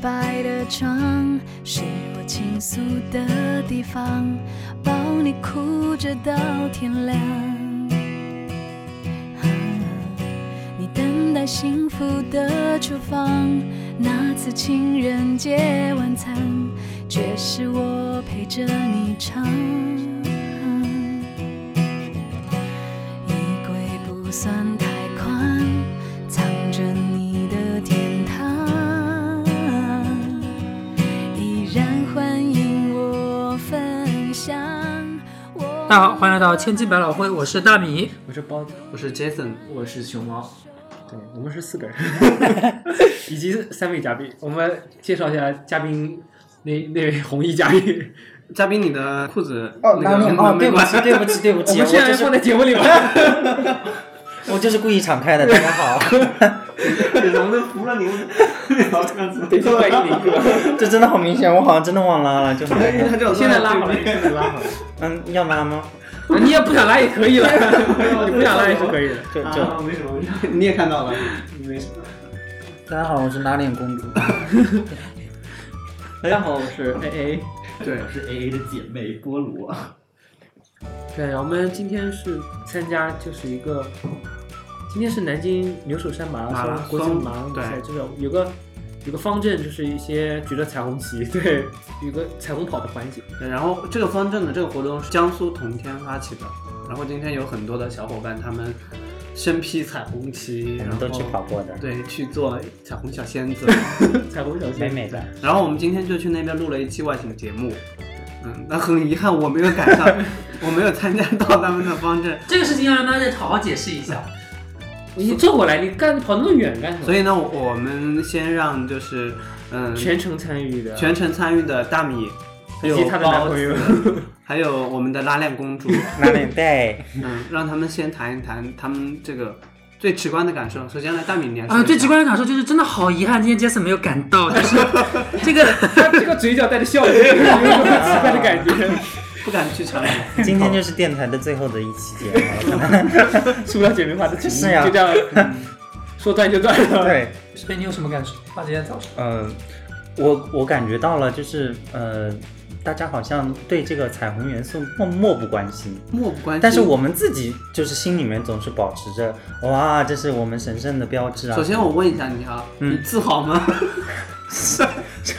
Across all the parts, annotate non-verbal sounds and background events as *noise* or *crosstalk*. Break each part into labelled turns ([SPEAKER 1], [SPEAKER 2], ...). [SPEAKER 1] 的床是我倾诉的地方，抱你哭着到天亮。啊你等待幸福的厨房，那次情人节晚餐，却是我陪着你唱。衣柜不算太宽，藏着你的天堂，依然欢迎我分享。我
[SPEAKER 2] 大家好，欢迎来到千金百老汇，我是大米。
[SPEAKER 3] 我是包子，
[SPEAKER 4] 我是 Jason，
[SPEAKER 3] 我是熊猫。
[SPEAKER 4] 对我们是四个人，
[SPEAKER 3] *laughs* 以及三位嘉宾，我们介绍一下嘉宾那那位红衣嘉宾。
[SPEAKER 4] 嘉宾你的裤子
[SPEAKER 5] 哦，
[SPEAKER 4] 那个
[SPEAKER 5] 当面
[SPEAKER 4] 那
[SPEAKER 5] 哦，
[SPEAKER 4] 个
[SPEAKER 5] 对不
[SPEAKER 4] 没
[SPEAKER 5] 起，对不起，对不
[SPEAKER 3] 我
[SPEAKER 5] 起，我
[SPEAKER 3] 们
[SPEAKER 5] 就
[SPEAKER 3] 现在放
[SPEAKER 5] 是
[SPEAKER 3] 在节目里
[SPEAKER 5] *laughs*
[SPEAKER 3] 吧。
[SPEAKER 5] 我就是故意敞开的。大家
[SPEAKER 2] *laughs*
[SPEAKER 5] 好，
[SPEAKER 4] 关系，我们
[SPEAKER 5] *laughs*
[SPEAKER 4] 服了你们，老这样子，
[SPEAKER 3] 等一下，一零哥，
[SPEAKER 5] 这真的好明显，我好像真的忘拉了，就是那
[SPEAKER 4] 哎他
[SPEAKER 5] 个，
[SPEAKER 4] 这样
[SPEAKER 3] 现在拉好了啊
[SPEAKER 4] 拉好了，
[SPEAKER 5] 嗯，要拉吗？
[SPEAKER 3] 你也不想拉也
[SPEAKER 5] *laughs*
[SPEAKER 3] 可以了，你不想拉也是可以的。
[SPEAKER 5] 就就，
[SPEAKER 4] 啊，没什么，你也看到了，没什么，
[SPEAKER 5] 大家好，我是拉链公
[SPEAKER 2] *laughs*
[SPEAKER 5] 主。
[SPEAKER 3] 大家好，我是
[SPEAKER 5] 哎
[SPEAKER 3] A A。
[SPEAKER 4] 对，
[SPEAKER 6] 是 A A 的姐妹菠萝。
[SPEAKER 3] 对，我们今天是参加就是一个，今天是南京牛首山马
[SPEAKER 4] 马
[SPEAKER 3] 拉
[SPEAKER 4] 拉
[SPEAKER 3] 松
[SPEAKER 4] 松
[SPEAKER 3] 国际马拉松比赛，
[SPEAKER 4] 对
[SPEAKER 3] 就是有个有个方阵，就是一些举着彩虹旗， *laughs* 对，有个彩虹跑的环节。
[SPEAKER 4] 对然后这个方阵的这个活动是江苏同天发起的，然后今天有很多的小伙伴他们身披彩虹旗，
[SPEAKER 5] 我
[SPEAKER 4] 然
[SPEAKER 5] 们
[SPEAKER 4] 后
[SPEAKER 5] 都去跑，过的，
[SPEAKER 4] 对，去做彩虹小仙子，
[SPEAKER 3] 彩虹小仙
[SPEAKER 5] 美
[SPEAKER 3] 子
[SPEAKER 5] 美的。
[SPEAKER 4] 然后我们今天就去那边录了一期外景节目。嗯，那很遗憾我没有赶上，
[SPEAKER 5] *laughs*
[SPEAKER 4] 我没有参加到他们的方阵，
[SPEAKER 6] 这个事情要让大家好好解释一下。
[SPEAKER 3] 你这我来，你干跑那么远干什么？
[SPEAKER 4] 所以呢，我我们先让就是嗯
[SPEAKER 3] 全程参与的，
[SPEAKER 4] 全程参与的大米，还
[SPEAKER 3] 以及
[SPEAKER 4] 有
[SPEAKER 3] 她的男
[SPEAKER 4] 包
[SPEAKER 3] 朋 *laughs*
[SPEAKER 4] 子，
[SPEAKER 3] 友。
[SPEAKER 4] 还有我们的拉链公主，
[SPEAKER 5] 拉链带，
[SPEAKER 4] 嗯，让他们先谈一谈他们这个最直观的感受。首先来大米，你来说
[SPEAKER 2] 啊、
[SPEAKER 4] 一下
[SPEAKER 2] 最直观的感受就是真的好遗憾，今天 Jason 没有赶到，但是这个
[SPEAKER 3] 他这个嘴角带着笑容，有 *laughs* 种奇怪的感觉。
[SPEAKER 4] 不敢去尝试。
[SPEAKER 5] *laughs* 今天就是电台的最后的一期节
[SPEAKER 2] *laughs*
[SPEAKER 5] 目了，可能
[SPEAKER 3] 塑料姐妹花的情
[SPEAKER 5] 是呀
[SPEAKER 3] 谊就这样，嗯 *laughs* 说断就断 *laughs* 了。
[SPEAKER 5] 对。
[SPEAKER 2] 所以你有什么感受？那今天早上，
[SPEAKER 5] 呃，我我感觉到了，就是呃，大家好像对这个彩虹元素漠漠不关心，
[SPEAKER 4] 漠不关心。
[SPEAKER 5] 但是我们自己就是心里面总是保持着，哇，这是我们神圣的标志啊
[SPEAKER 4] 首！先我问一下你啊，
[SPEAKER 5] 嗯
[SPEAKER 4] 你自豪吗？ *laughs*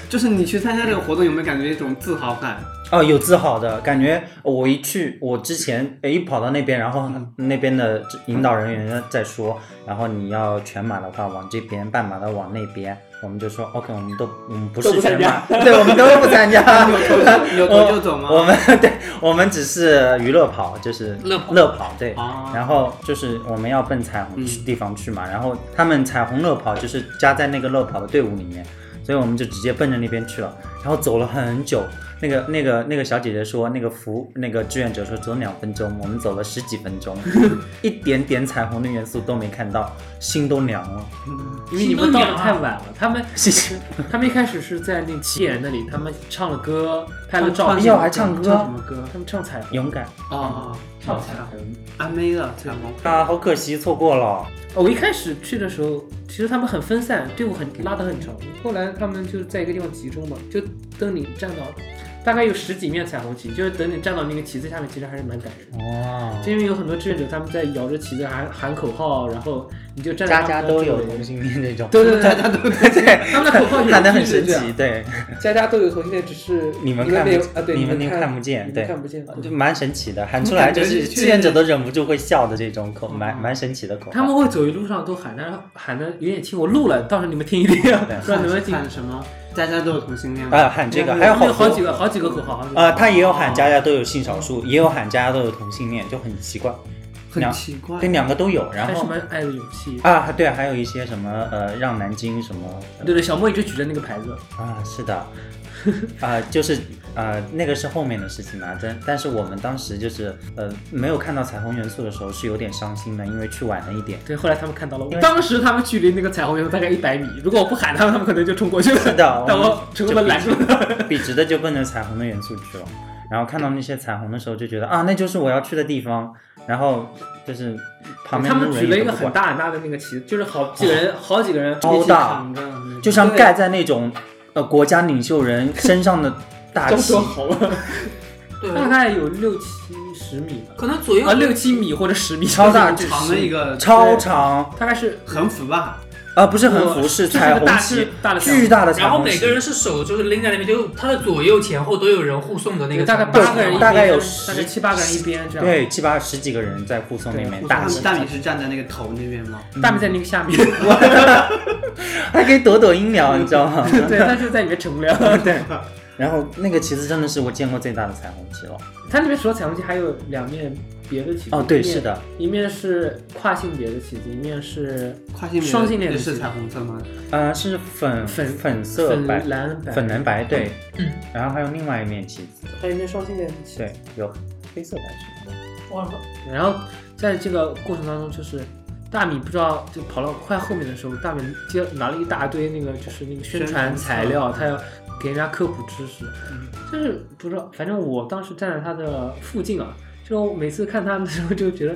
[SPEAKER 4] 就是你去参加这个活动有没有感觉一种自豪感？
[SPEAKER 5] 哦，有自豪的感觉。我一去，我之前哎一跑到那边，然后那边的引导人员在说，然后你要全马的话往这边，半马的往那边。我们就说 OK，我们都我们不
[SPEAKER 3] 都
[SPEAKER 5] 是
[SPEAKER 3] 不参
[SPEAKER 5] 全
[SPEAKER 3] 加
[SPEAKER 5] 马，对，我们都不参加。
[SPEAKER 4] 有头就走吗？
[SPEAKER 5] 我们 *laughs* 对，我们只是娱乐跑，就是
[SPEAKER 2] 乐跑
[SPEAKER 5] 乐跑对。
[SPEAKER 4] 啊
[SPEAKER 5] 然后就是我们要奔彩虹去
[SPEAKER 4] 嗯
[SPEAKER 5] 地方去嘛，然后他们彩虹乐跑就是加在那个乐跑的队伍里面，所以我们就直接奔着那边去了。然后走了很久，那个那个那个小姐姐说，那个服那个志愿者说走两分钟，我们走了十几分 *laughs* 钟，一点点彩虹的元素都没看到，心都凉了。
[SPEAKER 3] 因为你们到的太晚了，他们
[SPEAKER 5] 啊谢谢。
[SPEAKER 3] *laughs* 他们一开始是在那起点那里，他们唱了歌，拍了照
[SPEAKER 4] 唱
[SPEAKER 5] 哎呦
[SPEAKER 3] 片，
[SPEAKER 5] 还唱
[SPEAKER 4] 唱什
[SPEAKER 5] 歌，
[SPEAKER 4] 么歌？
[SPEAKER 3] 他们唱彩虹。
[SPEAKER 5] 勇 *laughs* 敢
[SPEAKER 4] 哦，
[SPEAKER 3] 唱彩虹。
[SPEAKER 4] 阿妹的彩虹。
[SPEAKER 5] 啊，好可惜错过了。
[SPEAKER 3] 哦我一开始去的时候，其实他们很分散，队伍很拉得很长。后来他们就是在一个地方集中嘛，就等你站到大概有十几面彩虹旗，就是等你站到那个旗子下面，其实还是蛮感人的。
[SPEAKER 5] 哦，
[SPEAKER 3] 就因为有很多志愿者他们在摇着旗子喊喊口号，然后你就站在
[SPEAKER 5] 家
[SPEAKER 3] 他
[SPEAKER 5] 家
[SPEAKER 3] 们的
[SPEAKER 5] 都
[SPEAKER 3] 周
[SPEAKER 5] 有
[SPEAKER 3] 围
[SPEAKER 5] 同性恋这种。 *laughs*
[SPEAKER 3] 对对对，大家都对，他们的口号有
[SPEAKER 5] 喊得很神
[SPEAKER 3] 就是这
[SPEAKER 5] 奇，
[SPEAKER 3] 样，
[SPEAKER 5] 对，
[SPEAKER 3] 家家都有同性恋，只是
[SPEAKER 5] 你们
[SPEAKER 3] 你们
[SPEAKER 5] 看不
[SPEAKER 3] 没有啊，对，
[SPEAKER 5] 你
[SPEAKER 3] 你
[SPEAKER 5] 们
[SPEAKER 3] 看
[SPEAKER 5] 看不见
[SPEAKER 3] 你
[SPEAKER 5] 对啊
[SPEAKER 3] 们看不见。
[SPEAKER 5] 就蛮神奇的，喊出来就
[SPEAKER 4] 感觉
[SPEAKER 5] 是
[SPEAKER 4] 是
[SPEAKER 5] 志愿者都忍不住会笑的这种口，蛮蛮神奇的口号。
[SPEAKER 3] 他们会走一路上都喊，但是喊的有点轻，我录了，到时候你们听一听， *laughs* 不知道能不能听。
[SPEAKER 4] 喊什么？大家都有同性恋吗？
[SPEAKER 5] 啊喊这个，还有
[SPEAKER 3] 他们有
[SPEAKER 5] 好
[SPEAKER 3] 好
[SPEAKER 5] 多
[SPEAKER 3] 几个好几个口号，好哦几个
[SPEAKER 5] 呃，他也有喊家家都有性少数，也有喊家家都有同性恋，就很奇怪，
[SPEAKER 4] 很奇怪
[SPEAKER 5] 对，。两个都有。然
[SPEAKER 3] 还是
[SPEAKER 5] 后
[SPEAKER 3] 蛮爱的勇气。
[SPEAKER 5] 啊，对，还有一些什么呃，让南京什么
[SPEAKER 3] 对对，小莫一直举着那个牌子，
[SPEAKER 5] 啊，是
[SPEAKER 3] *laughs*
[SPEAKER 5] 的，啊，就是呃，那个是后面的事情嘛。但但是我们当时就是呃，没有看到彩虹元素的时候是有点伤心的，因为去晚了一点。
[SPEAKER 3] 对，后来他们看到了我
[SPEAKER 5] 因为，
[SPEAKER 3] 当时他们距离那个彩虹园大概一百米，如果我不喊他们，他们可能就冲过去了。
[SPEAKER 5] 是的
[SPEAKER 3] *laughs* 但
[SPEAKER 5] 我们
[SPEAKER 3] 我成功的拦住了他 *laughs* 们。
[SPEAKER 5] 笔直的就奔着彩虹的元素去了。然后看到那些彩虹的时候，就觉得啊，那就是我要去的地方。然后就是旁边
[SPEAKER 3] 他们
[SPEAKER 5] 路
[SPEAKER 3] 举
[SPEAKER 5] 人
[SPEAKER 3] 了一
[SPEAKER 5] 也
[SPEAKER 3] 个
[SPEAKER 5] 都不
[SPEAKER 3] 很
[SPEAKER 5] 管，哦
[SPEAKER 3] 大很大的那个旗，就是好几个人，好几个人
[SPEAKER 5] 超大，
[SPEAKER 4] 一起扛着
[SPEAKER 5] 就像盖在那种呃国家领袖人身上的大
[SPEAKER 3] 叫
[SPEAKER 5] 旗
[SPEAKER 3] 多，好啊，
[SPEAKER 2] 对，
[SPEAKER 3] 大概有六七十米吧，
[SPEAKER 2] 可能左右
[SPEAKER 3] 啊，六七米或者十米，
[SPEAKER 5] 哎超大
[SPEAKER 3] 就是
[SPEAKER 4] 长的一个
[SPEAKER 5] 超长啊、
[SPEAKER 3] 大概是
[SPEAKER 4] 横幅吧，
[SPEAKER 5] 不是横幅，是
[SPEAKER 3] 就是
[SPEAKER 5] 彩
[SPEAKER 3] 个
[SPEAKER 5] 虹
[SPEAKER 3] 大
[SPEAKER 5] 旗
[SPEAKER 3] 旗，大的彩虹
[SPEAKER 5] 巨大的彩
[SPEAKER 6] 然后
[SPEAKER 5] 虹
[SPEAKER 6] 每个
[SPEAKER 5] 旗
[SPEAKER 6] 人。是手就是拎在那边，就他的左右前后都有人护送的那个
[SPEAKER 3] 对大概
[SPEAKER 6] 场景
[SPEAKER 3] 八个人一边，
[SPEAKER 5] 大概有
[SPEAKER 3] 大概七八个人一边这样。，
[SPEAKER 5] 对，七八十几个人在护送里面
[SPEAKER 3] 对
[SPEAKER 5] 大
[SPEAKER 4] 大
[SPEAKER 5] 旗，
[SPEAKER 4] 大米是站在那个头那边吗？
[SPEAKER 3] 大米在那个下面，
[SPEAKER 5] 嗯还可以躲躲阴凉，你知道吗？
[SPEAKER 3] *laughs*
[SPEAKER 5] *laughs*
[SPEAKER 3] 对，但是在里面成不了。对，
[SPEAKER 5] 然后那个旗子真的是我见过最大的彩虹旗了。
[SPEAKER 3] 它里面除了彩虹旗，还有两面别的旗子。
[SPEAKER 5] 哦，对，
[SPEAKER 3] 一面
[SPEAKER 5] 是，的，
[SPEAKER 3] 一面是跨性别的旗子，一面是
[SPEAKER 4] 跨性别
[SPEAKER 3] 双性恋
[SPEAKER 4] 也
[SPEAKER 3] 的
[SPEAKER 4] 是
[SPEAKER 3] 旗
[SPEAKER 4] 彩虹色吗？
[SPEAKER 5] 呃，是粉
[SPEAKER 3] 粉
[SPEAKER 5] 粉色
[SPEAKER 3] 粉
[SPEAKER 5] 白
[SPEAKER 3] 蓝白，
[SPEAKER 5] 粉蓝白对，
[SPEAKER 6] 嗯，
[SPEAKER 5] 然后还有另外一面旗子，
[SPEAKER 3] 还有一面双性恋的旗子。
[SPEAKER 5] 对，有黑色白旗子，
[SPEAKER 6] 哇
[SPEAKER 3] 然后在这个过程当中，就是大米不知道就跑到快后面的时候，大米接拿了一大堆那个就是那个宣传材料，他要给人家科普知识，就是不知道，反正我当时站在他的附近啊，就我每次看他的时候就觉得。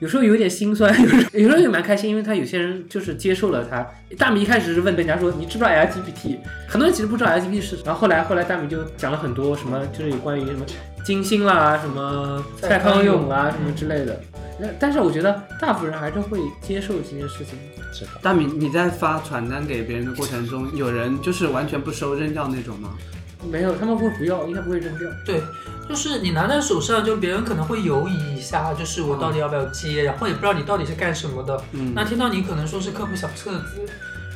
[SPEAKER 3] 有时候有点心酸， *laughs* 有时候有时候也蛮开心，因为他有些人就是接受了他。大米一开始是问人家说你知不知道 LGBT，很多人其实不知道 LGBT 是，然后后来后来大米就讲了很多什么，就是有关于什么金星啦、什么蔡康永啦、什么之类的。那但是我觉得大部分人还是会接受这件事情。
[SPEAKER 5] 知道。
[SPEAKER 4] 大米，你在发传单给别人的过程中，有人就是完全不收扔掉那种吗？
[SPEAKER 3] 没有，他们会不要，应该不会扔掉。
[SPEAKER 6] 对，就是你拿在手上，就别人可能会犹疑一下，就是我到底要不要接，然后也不知道你到底是干什么的。
[SPEAKER 4] 嗯，
[SPEAKER 6] 那听到你可能说是科普小册子，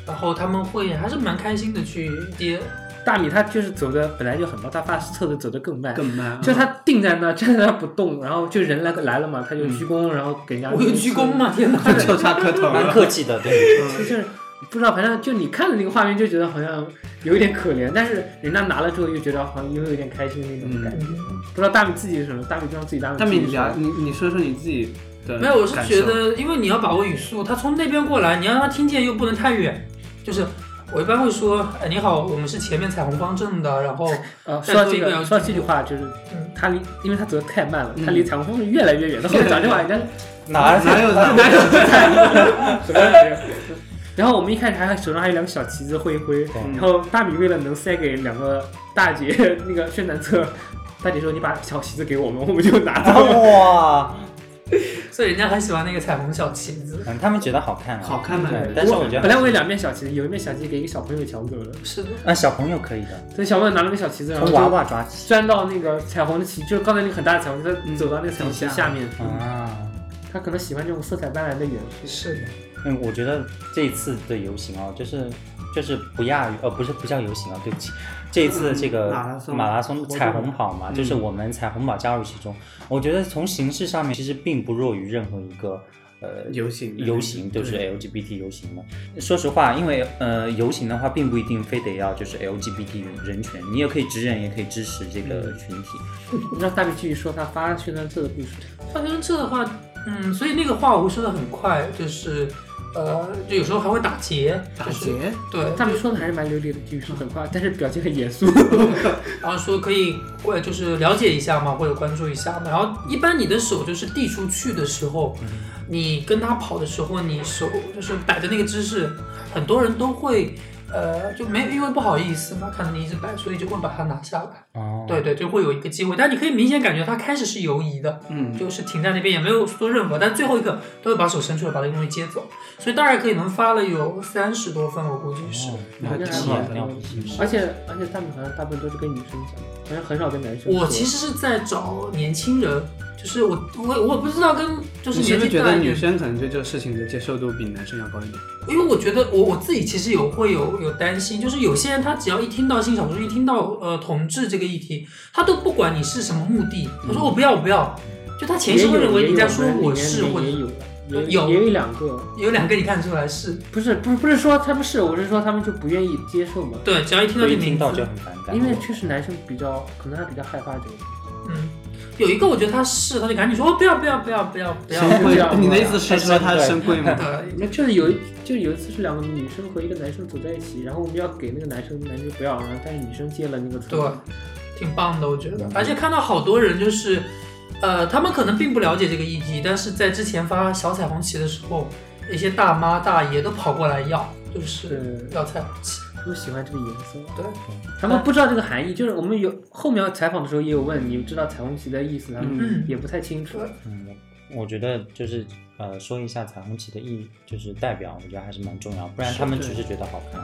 [SPEAKER 6] 然后他们会还是蛮开心的去接。
[SPEAKER 3] 大米他就是走的本来就很慢，他发策的走得更慢。
[SPEAKER 6] 嗯
[SPEAKER 4] 更慢。
[SPEAKER 3] 就他定在那，站在那不动，然后就人来来了嘛，他就鞠躬，然后给人家
[SPEAKER 6] 我有鞠躬
[SPEAKER 3] *laughs*
[SPEAKER 6] 吗？天哪！
[SPEAKER 4] 啊就差磕头
[SPEAKER 6] *laughs*
[SPEAKER 5] 蛮
[SPEAKER 4] 了。嗯
[SPEAKER 5] 客气的， *laughs* 对，
[SPEAKER 3] 就是不知道，反正就你看的那个画面就觉得好像有一点可怜，但是人家拿了之后又觉得好像又有点开心的那种感觉。不知道大米自己是什么，大米不知道自己当时
[SPEAKER 4] 大米，你
[SPEAKER 3] 是什么
[SPEAKER 4] 聊你你说说你自己的
[SPEAKER 6] 没有，我是
[SPEAKER 4] 感受
[SPEAKER 6] 觉得，因为你要把握语速，他从那边过来，你要让他听见又不能太远。就是我一般会说，哎，你好，我们是前面彩虹方阵的，然后
[SPEAKER 3] 呃，说到这
[SPEAKER 6] 但是
[SPEAKER 3] 个，说到这句话就是
[SPEAKER 6] 嗯，
[SPEAKER 3] 他离，因为他走的太慢了，
[SPEAKER 4] 嗯
[SPEAKER 3] 他离彩虹峰是越来越远。他后面讲这话，人家
[SPEAKER 5] 哪
[SPEAKER 4] 哪有
[SPEAKER 6] *laughs*
[SPEAKER 4] 哪有
[SPEAKER 3] 什么来着？然后我们一开始还手上还有两个小旗子挥一挥，然后大米为了能塞给两个大姐那个宣传册，大姐说你把小旗子给我们，我们就拿走。
[SPEAKER 5] 哇，
[SPEAKER 6] 所以人家很喜欢那个彩虹小旗子。
[SPEAKER 5] 嗯，他们觉得好看啊，
[SPEAKER 4] 好看
[SPEAKER 5] *laughs*
[SPEAKER 4] 吗？
[SPEAKER 5] 对，但是我觉
[SPEAKER 3] 本
[SPEAKER 5] 得
[SPEAKER 3] 来我有两面小旗子，有一面小旗子给一个小朋友抢走了，
[SPEAKER 6] 是的，
[SPEAKER 5] 啊，小朋友可以的，
[SPEAKER 3] 所以小朋友拿了个小旗子，然后
[SPEAKER 5] 从
[SPEAKER 3] 就
[SPEAKER 5] 娃娃抓起
[SPEAKER 3] 钻到那个彩虹的旗，就是刚才那个很大的彩虹，他
[SPEAKER 4] 嗯
[SPEAKER 3] 走到那个彩虹旗
[SPEAKER 4] 底下
[SPEAKER 3] 下面，
[SPEAKER 5] 啊。
[SPEAKER 3] 他可能喜欢这种色彩斑斓的元素。
[SPEAKER 6] 是的。
[SPEAKER 5] 嗯，我觉得这一次的游行哦，就是就是不亚于呃，不是不叫游行啊，对不起，这一次这个
[SPEAKER 4] 嗯马拉松
[SPEAKER 5] 马拉松彩虹跑嘛，就是我们彩虹跑加入其中，我觉得从形式上面其实并不弱于任何一个呃
[SPEAKER 4] 游行
[SPEAKER 5] 游行，就是 LGBT 游行嘛。说实话，因为呃游行的话，并不一定非得要就是 LGBT 人权，你也可以支援，也可以支持这个群体。
[SPEAKER 3] 让大米继续说他发宣传册的故事。
[SPEAKER 6] 发生这的话，嗯，所以那个话我会说的很快，就是，呃，就有时候还会打结，
[SPEAKER 4] 打
[SPEAKER 6] 就是
[SPEAKER 4] 结，
[SPEAKER 6] 对，
[SPEAKER 3] 大米说的还是蛮流利的，语速很快，但是表情很严肃。 *laughs*
[SPEAKER 6] 然后说可以过就是了解一下嘛，或者关注一下嘛。然后一般你的手就是递出去的时候，你跟他跑的时候，你手就是摆的那个姿势，很多人都会。呃，就没因为不好意思嘛，看着你一直摆，所以就会把它拿下来。
[SPEAKER 5] 哦，
[SPEAKER 6] 对对，就会有一个机会，但你可以明显感觉他开始是犹疑的，
[SPEAKER 4] 嗯，
[SPEAKER 6] 就是停在那边也没有做任何，但最后一刻都会把手伸出来把那个东西接走，所以大概可以能发了有三十多份，我估计是。
[SPEAKER 4] 哦
[SPEAKER 5] 那
[SPEAKER 3] 那
[SPEAKER 5] 挺
[SPEAKER 3] 还
[SPEAKER 5] 好
[SPEAKER 3] 好
[SPEAKER 5] 的，那挺好的
[SPEAKER 3] 而且而且大米好像大部分都是跟女生讲，好像很少跟男生说。
[SPEAKER 6] 我其实是在找年轻人，就是我我我不知道跟就是
[SPEAKER 4] 你是
[SPEAKER 6] 年
[SPEAKER 4] 不是
[SPEAKER 6] 纪
[SPEAKER 4] 觉
[SPEAKER 6] 大
[SPEAKER 4] 得
[SPEAKER 6] 一
[SPEAKER 4] 女
[SPEAKER 6] 点，
[SPEAKER 4] 生可能对这个事情的接受度比男生要高一点？
[SPEAKER 6] 因为我觉得我我自己其实有会有有担心，就是有些人他只要一听到性少数，一听到呃同志这个议题，他都不管你是什么目的，他
[SPEAKER 4] 嗯
[SPEAKER 6] 说我哦不要我不要，就他潜意识会认为你在说我是
[SPEAKER 3] 也有
[SPEAKER 6] 或者
[SPEAKER 3] 也有也有
[SPEAKER 6] 有
[SPEAKER 3] 也有一两个，
[SPEAKER 6] 有两个你看出来是
[SPEAKER 3] 不是不是不是说他们是，我是说他们就不愿意接受嘛，
[SPEAKER 6] 对，只要一听到
[SPEAKER 5] 所
[SPEAKER 6] 这
[SPEAKER 5] 以
[SPEAKER 6] 名字
[SPEAKER 5] 听到就很反感，
[SPEAKER 3] 因为确实男生比较可能他比较害怕这个。
[SPEAKER 6] 嗯，有一个我觉得他是，他就赶紧说、哦、不要不要不要不要不要。
[SPEAKER 4] 深
[SPEAKER 3] 这样
[SPEAKER 4] 贵，
[SPEAKER 3] 吗
[SPEAKER 4] 你的意思是说他深贵吗？
[SPEAKER 6] *laughs* 对，
[SPEAKER 3] 那就是有一就有一次是两个女生和一个男生走在一起，然后我们要给那个男生，男生不要，然啊后但是女生接了那个
[SPEAKER 6] 对
[SPEAKER 3] 词，
[SPEAKER 6] 挺棒的，我觉得。而且看到好多人就是，呃，他们可能并不了解这个议题，但是在之前发小彩虹旗的时候，一些大妈大爷都跑过来要，就是
[SPEAKER 3] 是
[SPEAKER 6] 要彩虹旗。
[SPEAKER 3] 他们喜欢这个颜色，
[SPEAKER 6] 对，
[SPEAKER 3] 他们不知道这个含义。就是我们有后面采访的时候也有问，你知道彩虹旗的意思吗？
[SPEAKER 6] 嗯
[SPEAKER 3] 也不太清楚。
[SPEAKER 6] 对
[SPEAKER 5] 嗯，我觉得就是呃，说一下彩虹旗的意义，就是代表，我觉得还是蛮重要，不然他们只是觉得好看。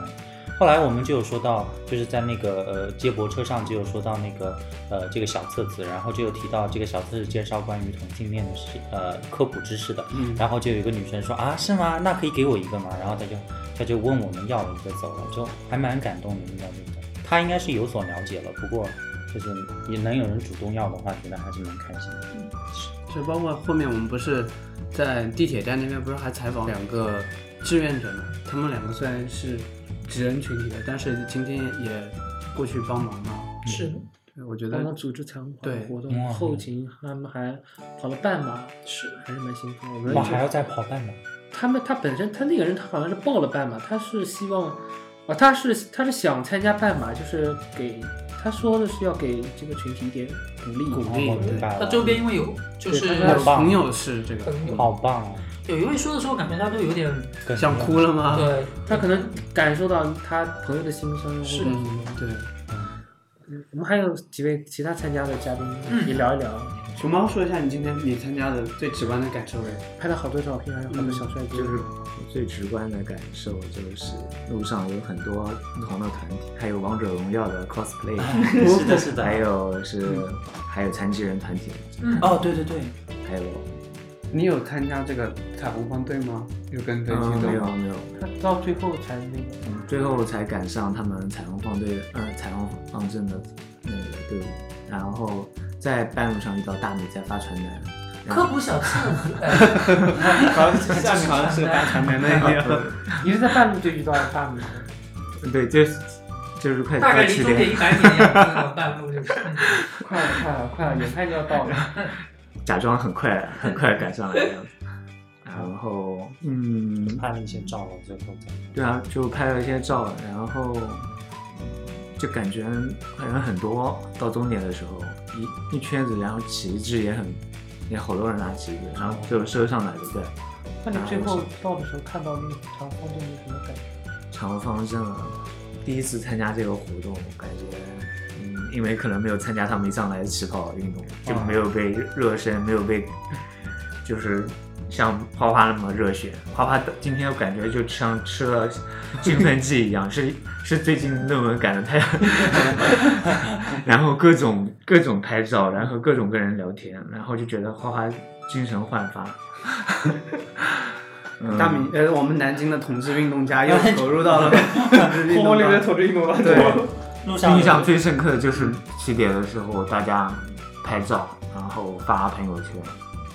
[SPEAKER 5] 后来我们就有说到，就是在那个呃接驳车上就有说到那个呃这个小册子，然后就有提到这个小册子介绍关于同性恋的事呃科普知识的，
[SPEAKER 4] 嗯
[SPEAKER 5] 然后就有一个女生说啊是吗？那可以给我一个吗？然后她就她就问我们要了一个走了，就还蛮感动的，应该这个她应该是有所了解了，不过就是也能有人主动要的话，觉得还是蛮开心的。
[SPEAKER 4] 就包括后面我们不是在地铁站那边不是还采访两个志愿者嘛？他们两个虽然是职人群体的，但是今天也过去帮忙嘛。
[SPEAKER 6] 是的
[SPEAKER 4] 对我觉
[SPEAKER 3] 帮忙
[SPEAKER 4] 得
[SPEAKER 3] 组织彩虹
[SPEAKER 4] 对
[SPEAKER 3] 活
[SPEAKER 5] 哇
[SPEAKER 3] 动，后勤他们还跑了半马，
[SPEAKER 6] 是的。
[SPEAKER 3] 还是蛮辛苦的。我们
[SPEAKER 5] 哇，
[SPEAKER 3] 就
[SPEAKER 5] 还要再跑半马。
[SPEAKER 3] 他们他本身他那个人他好像是报了半马，他是希望啊，他是他是想参加半马，就是给他说的是要给这个群体一点鼓励。啊
[SPEAKER 4] 鼓
[SPEAKER 5] 哦
[SPEAKER 4] 励
[SPEAKER 5] 我明
[SPEAKER 4] 对
[SPEAKER 5] 白
[SPEAKER 6] 他
[SPEAKER 5] 了。
[SPEAKER 6] 周边因为有就是
[SPEAKER 3] 对
[SPEAKER 5] 很棒
[SPEAKER 4] 朋友是这个，嗯
[SPEAKER 6] 朋友，
[SPEAKER 5] 好棒哦！
[SPEAKER 6] 有一位说的时候感觉他都有点
[SPEAKER 5] 更
[SPEAKER 4] 想哭了吗？
[SPEAKER 6] 对，
[SPEAKER 3] 他可能感受到他朋友的心声。
[SPEAKER 6] 是
[SPEAKER 3] 或者
[SPEAKER 4] 嗯，对。
[SPEAKER 3] 嗯我们还有几位其他参加的嘉宾
[SPEAKER 6] 嗯
[SPEAKER 3] 也聊一聊，
[SPEAKER 4] 熊猫说一下你今天你参加的最直观的感受呗。
[SPEAKER 3] 拍了好多照片，还有
[SPEAKER 4] 嗯
[SPEAKER 3] 好多小帅哥。
[SPEAKER 7] 就是最直观的感受就是路上有很多不同的团体，还有王者荣耀的 cosplay，
[SPEAKER 5] *laughs* 是
[SPEAKER 7] *laughs*
[SPEAKER 5] 的，是的。
[SPEAKER 7] 还有是还有残疾人团体，
[SPEAKER 6] 嗯，
[SPEAKER 5] 哦，对对对，
[SPEAKER 7] 还有
[SPEAKER 4] 你有参加这个彩虹方队吗？有跟队去
[SPEAKER 7] 嗯
[SPEAKER 4] 走 *laughs*
[SPEAKER 7] 没有
[SPEAKER 4] 吗？
[SPEAKER 7] 没有，
[SPEAKER 3] 他到最后才那个，
[SPEAKER 7] 嗯最后才赶上他们彩虹放队，呃，彩虹放阵的那个队伍，然后在半路上遇到大米在发传单，然
[SPEAKER 6] 科
[SPEAKER 7] 后
[SPEAKER 6] 普小册子，哎
[SPEAKER 4] 好像下面好像是个大传媒那一样。
[SPEAKER 3] 你是在半路就遇到了大米吗，
[SPEAKER 7] *laughs* 对，就是就是快
[SPEAKER 6] 大概
[SPEAKER 7] 快
[SPEAKER 6] 离
[SPEAKER 7] 七
[SPEAKER 6] 终点
[SPEAKER 7] 点，
[SPEAKER 6] 一百米的样子，那种半路就是。嗯
[SPEAKER 3] 快了快了快了，眼看就要到了。
[SPEAKER 7] 假装很快很快赶上来
[SPEAKER 5] *laughs*
[SPEAKER 7] 的样子，然后嗯，
[SPEAKER 5] 拍了一些照了，最后再
[SPEAKER 7] 对啊，就拍了一些照，然后嗯就感觉人很多，到终点的时候一一圈子，然后旗帜也很也好多人拿旗子，然后就射上来的，对，
[SPEAKER 3] 那你最后到的时候看到那个长风筝有什么感觉？
[SPEAKER 7] 长方阵啊。第一次参加这个活动，感觉嗯，因为可能没有参加他们一上来的起跑运动，就没有被热身，没有被就是。像花花那么热血，花花今天我感觉就像吃了兴奋剂一样，是是最近论文赶的太， *laughs* 然后各种各种拍照，然后各种跟人聊天，然后就觉得花花精神焕发。嗯
[SPEAKER 4] 大米，呃，我们南京的同志运动家又投
[SPEAKER 3] *laughs*
[SPEAKER 4] 入到了
[SPEAKER 3] 我
[SPEAKER 4] 同
[SPEAKER 3] 留
[SPEAKER 4] 志
[SPEAKER 3] 着
[SPEAKER 4] 运
[SPEAKER 3] 投掷运动吧。
[SPEAKER 4] 对，
[SPEAKER 5] 路
[SPEAKER 7] 印象最深刻的就是起点的时候，大家拍照，然后发朋友圈，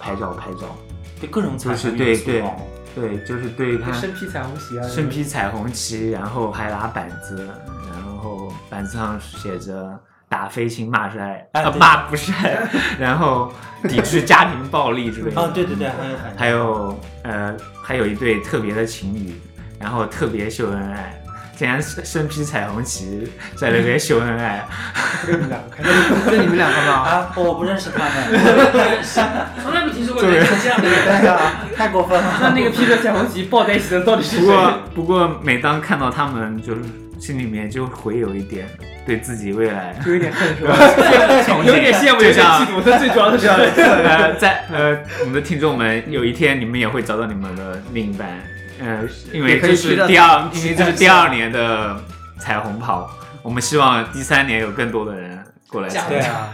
[SPEAKER 7] 拍照拍照。
[SPEAKER 5] 对各种彩
[SPEAKER 7] 就是
[SPEAKER 5] 虹
[SPEAKER 7] 对
[SPEAKER 5] 元素
[SPEAKER 7] 对
[SPEAKER 5] 哦
[SPEAKER 7] 对，就是对他
[SPEAKER 3] 身披彩虹旗啊，
[SPEAKER 7] 身披彩虹旗，然后还拿板子，然后板子上写着“打飞亲骂晒”，
[SPEAKER 5] 哎
[SPEAKER 7] 啊
[SPEAKER 5] 对
[SPEAKER 7] 骂不 *laughs* 晒，然后抵制家庭暴力之类的。
[SPEAKER 5] 哦，对对对，还有还有
[SPEAKER 7] 还有呃，还有一对特别的情侣，然后特别秀恩爱，竟然身身披彩虹旗在那边秀恩爱。
[SPEAKER 4] 就你们两个吧。
[SPEAKER 5] 啊，我不认识他们，
[SPEAKER 6] 从来没听说过有人这样的人。
[SPEAKER 5] 太过分了。
[SPEAKER 3] 那那个披着彩虹旗抱在一起的到底是
[SPEAKER 7] 不
[SPEAKER 3] 谁？
[SPEAKER 7] 过，不过每当看到他们，就是心里面就会有一点对自己未来
[SPEAKER 3] 有一点恨是
[SPEAKER 7] *laughs*
[SPEAKER 3] 吧？
[SPEAKER 7] 有
[SPEAKER 3] 有点羡慕，有点嫉
[SPEAKER 7] 就像
[SPEAKER 3] 妒。他最主要的是，
[SPEAKER 7] 呃，在呃，我们的听众们，有一天你们也会找到你们的另一半，呃，因为这是第二，因为这是第二年的彩虹跑，我们希望第三年有更多的人过来参
[SPEAKER 5] 对
[SPEAKER 7] 加，
[SPEAKER 5] 啊，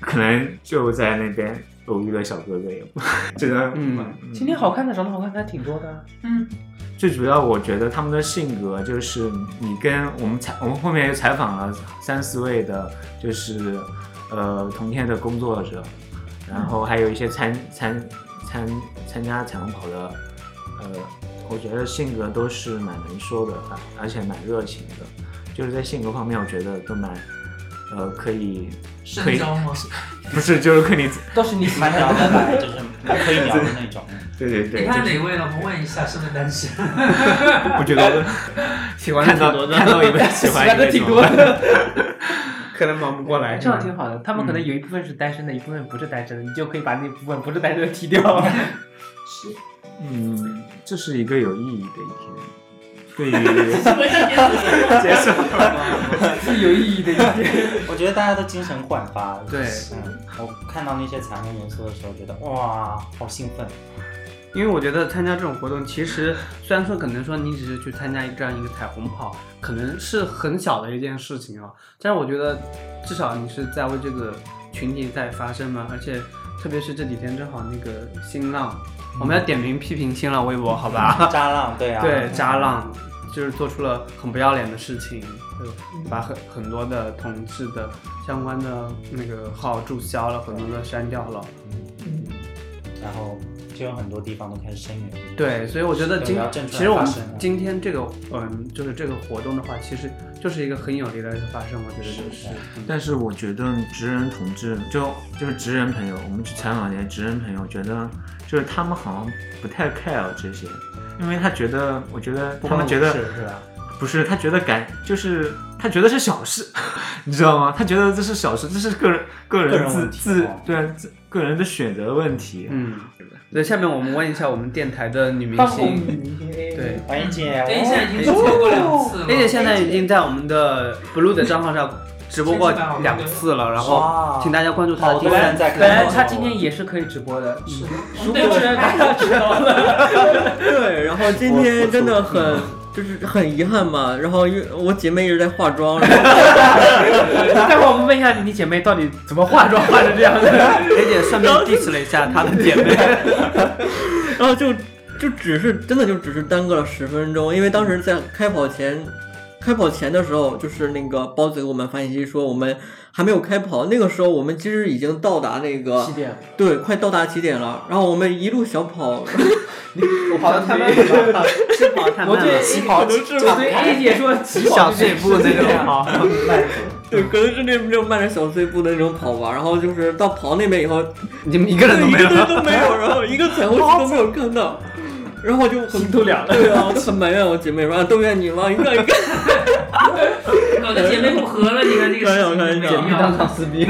[SPEAKER 7] 可能就在那边偶遇了小哥哥也不， *laughs* 真的，
[SPEAKER 4] 嗯
[SPEAKER 7] 嗯
[SPEAKER 3] 今天好看的、长得好看的还挺多的啊。
[SPEAKER 6] 嗯，
[SPEAKER 7] 最主要，我觉得他们的性格就是你跟我们采，我们后面又采访了三四位的，就是呃同天的工作者，然后还有一些参参参参加彩虹跑的，呃，我觉得性格都是蛮能说的，而而且蛮热情的，就是在性格方面，我觉得都蛮呃可以可
[SPEAKER 6] 深
[SPEAKER 7] 以，
[SPEAKER 6] 交吗？
[SPEAKER 7] 不是就是可以，
[SPEAKER 3] 倒是你喜
[SPEAKER 5] 蛮
[SPEAKER 3] 欢
[SPEAKER 5] 聊
[SPEAKER 3] 的，
[SPEAKER 5] 得来，就是可以聊的那种。
[SPEAKER 7] 对对
[SPEAKER 6] 你
[SPEAKER 7] 对，
[SPEAKER 6] 看哪位了？我们问一下，是不是单身？ *laughs*
[SPEAKER 4] *laughs*
[SPEAKER 7] 我觉得
[SPEAKER 4] 喜欢
[SPEAKER 7] 看
[SPEAKER 4] 挺
[SPEAKER 7] 到
[SPEAKER 4] 多的，
[SPEAKER 7] 看到
[SPEAKER 4] *laughs*
[SPEAKER 7] 一位喜欢
[SPEAKER 4] 的
[SPEAKER 7] 一
[SPEAKER 4] 挺
[SPEAKER 7] 种
[SPEAKER 4] 多的， *laughs* 可能忙不过
[SPEAKER 8] *laughs*
[SPEAKER 4] 来。
[SPEAKER 3] 这样挺好的。他们可能有一部分是单身的，一部分不是单身的，你就可以把那部分不是单身的
[SPEAKER 8] *laughs*
[SPEAKER 3] 踢掉。
[SPEAKER 7] 嗯，这是一个有意义的一天。对于
[SPEAKER 4] *laughs*
[SPEAKER 3] 结束，是有意义的一天。
[SPEAKER 5] 我觉得大家都精神焕发。
[SPEAKER 4] 对
[SPEAKER 5] 嗯，我看到那些彩虹元素的时候，觉得哇，好兴奋。
[SPEAKER 4] 因为我觉得参加这种活动，其实虽然说可能说你只是去参加一这样一个彩虹跑，可能是很小的一件事情啊，但是我觉得至少你是在为这个群体在发声嘛，而且特别是这几天正好那个新浪，
[SPEAKER 3] 嗯
[SPEAKER 4] 我们要点名批评新浪微博，好吧？
[SPEAKER 5] 渣浪，对啊，
[SPEAKER 4] 对，渣浪就是做出了很不要脸的事情，就
[SPEAKER 7] 嗯
[SPEAKER 4] 把很很多的同志的相关的那个号注销了，很多的删掉了。
[SPEAKER 5] 嗯然后就有很多地方都开始声援。
[SPEAKER 4] 对，所以我觉得
[SPEAKER 5] 对
[SPEAKER 4] 今
[SPEAKER 5] 要正确地
[SPEAKER 4] 其实我们
[SPEAKER 5] 发声啊
[SPEAKER 4] 今天这个嗯，就是这个活动的话，其实就是一个很有力的一个发声，我觉得就是
[SPEAKER 5] 是的。
[SPEAKER 4] 嗯
[SPEAKER 7] 但是我觉得职人同志就就是职人朋友，我们去采访一些职人朋友，觉得就是他们好像不太 care 这些，因为他觉得，我觉得
[SPEAKER 4] 不
[SPEAKER 7] 他
[SPEAKER 4] 关
[SPEAKER 7] 们
[SPEAKER 4] 我
[SPEAKER 7] 觉得
[SPEAKER 4] 事是吧？
[SPEAKER 7] 不是，他觉得感就是他觉得是小事， *laughs* 你知道吗？他觉得这是小事，这是个人个
[SPEAKER 5] 个
[SPEAKER 7] 人
[SPEAKER 5] 人
[SPEAKER 7] 自
[SPEAKER 5] 问题
[SPEAKER 7] 自
[SPEAKER 5] 哦
[SPEAKER 7] 对啊自个人的选择问题。
[SPEAKER 4] 嗯，对，下面我们问一下我们电台的女明
[SPEAKER 6] 当红
[SPEAKER 4] 星，
[SPEAKER 6] 女，
[SPEAKER 4] 对
[SPEAKER 5] 欢迎哎姐，
[SPEAKER 6] A 现在已经超过两次了。
[SPEAKER 4] 而且现在已经在我们的 blue 的账号上直播过两次了，然后
[SPEAKER 5] 哦哇
[SPEAKER 4] 请大家关注她的第三
[SPEAKER 5] 好多人在
[SPEAKER 3] *laughs*
[SPEAKER 4] 次。
[SPEAKER 5] 看
[SPEAKER 3] 本来他今天也是可以直播的，
[SPEAKER 6] 是
[SPEAKER 3] 殊不知大家 *laughs* 知道了。
[SPEAKER 9] 对，然后今天真的很就是很遗憾嘛，然后因为我姐妹一直在化妆，然后
[SPEAKER 3] 待会儿我们问一下你姐妹到底怎么化妆化成这样的。
[SPEAKER 4] 而且顺便 diss 了一下她的姐妹，
[SPEAKER 9] 然后就就只是真的就只是耽搁了十分钟，因为当时在开跑前。开跑前的时候，就是那个包子给我们发信息说我们还没有开跑，那个时候我们其实已经到达那
[SPEAKER 4] 啊
[SPEAKER 9] 个
[SPEAKER 3] 七点，
[SPEAKER 9] 对，快到达起点了。然后我们一路小跑，
[SPEAKER 4] 我跑的太慢了，是跑得太
[SPEAKER 3] 我
[SPEAKER 4] 慢
[SPEAKER 3] 对
[SPEAKER 4] 了。
[SPEAKER 3] 起跑，我对 A 姐说起跑
[SPEAKER 4] 小碎步那种跑，
[SPEAKER 9] 对，可能是那那种迈着小碎步的那种跑吧。然后就是到跑那边以后，
[SPEAKER 4] 你们一个人都
[SPEAKER 9] 一
[SPEAKER 4] 没
[SPEAKER 9] 个
[SPEAKER 4] *laughs* 有。
[SPEAKER 9] 队都没有，然后一个彩虹旗都没有看到，然后我就很
[SPEAKER 3] 心都凉了
[SPEAKER 9] 对啊，我就很埋怨我姐妹说啊，都怨你了，你看你看，
[SPEAKER 6] 搞哦得姐妹不和了，你看这个事情
[SPEAKER 9] 看一看
[SPEAKER 6] 怎么样？
[SPEAKER 4] 当撕逼。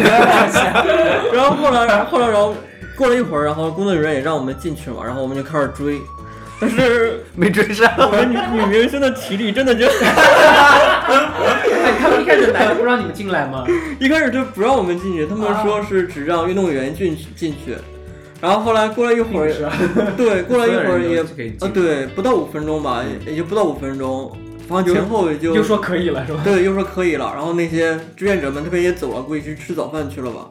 [SPEAKER 9] 然后后来后来然后过了一会儿，然后工作人员也让我们进去了，然后我们就开始追，但是
[SPEAKER 4] *laughs* 没追上。
[SPEAKER 9] 我们女女明星的体力真的就。
[SPEAKER 3] 哎，他们一开始来了不让你们进来吗？
[SPEAKER 9] 一开始就不让我们进去，他们说是只让运动员进去进去，然后后来过了一会
[SPEAKER 3] 是
[SPEAKER 9] 儿，
[SPEAKER 3] 啊
[SPEAKER 9] 对，过了一
[SPEAKER 4] 所
[SPEAKER 9] 会
[SPEAKER 4] 有
[SPEAKER 9] 儿
[SPEAKER 4] 人
[SPEAKER 9] 也
[SPEAKER 4] 都可以进
[SPEAKER 9] 啊，对，不到五分钟吧，也也就不到五分钟，反正前后也就
[SPEAKER 3] 又说可以了是 *laughs* 吧？
[SPEAKER 9] 对，又说可以了，然后那些志愿者们特别也走了，啊估计去吃早饭去了吧，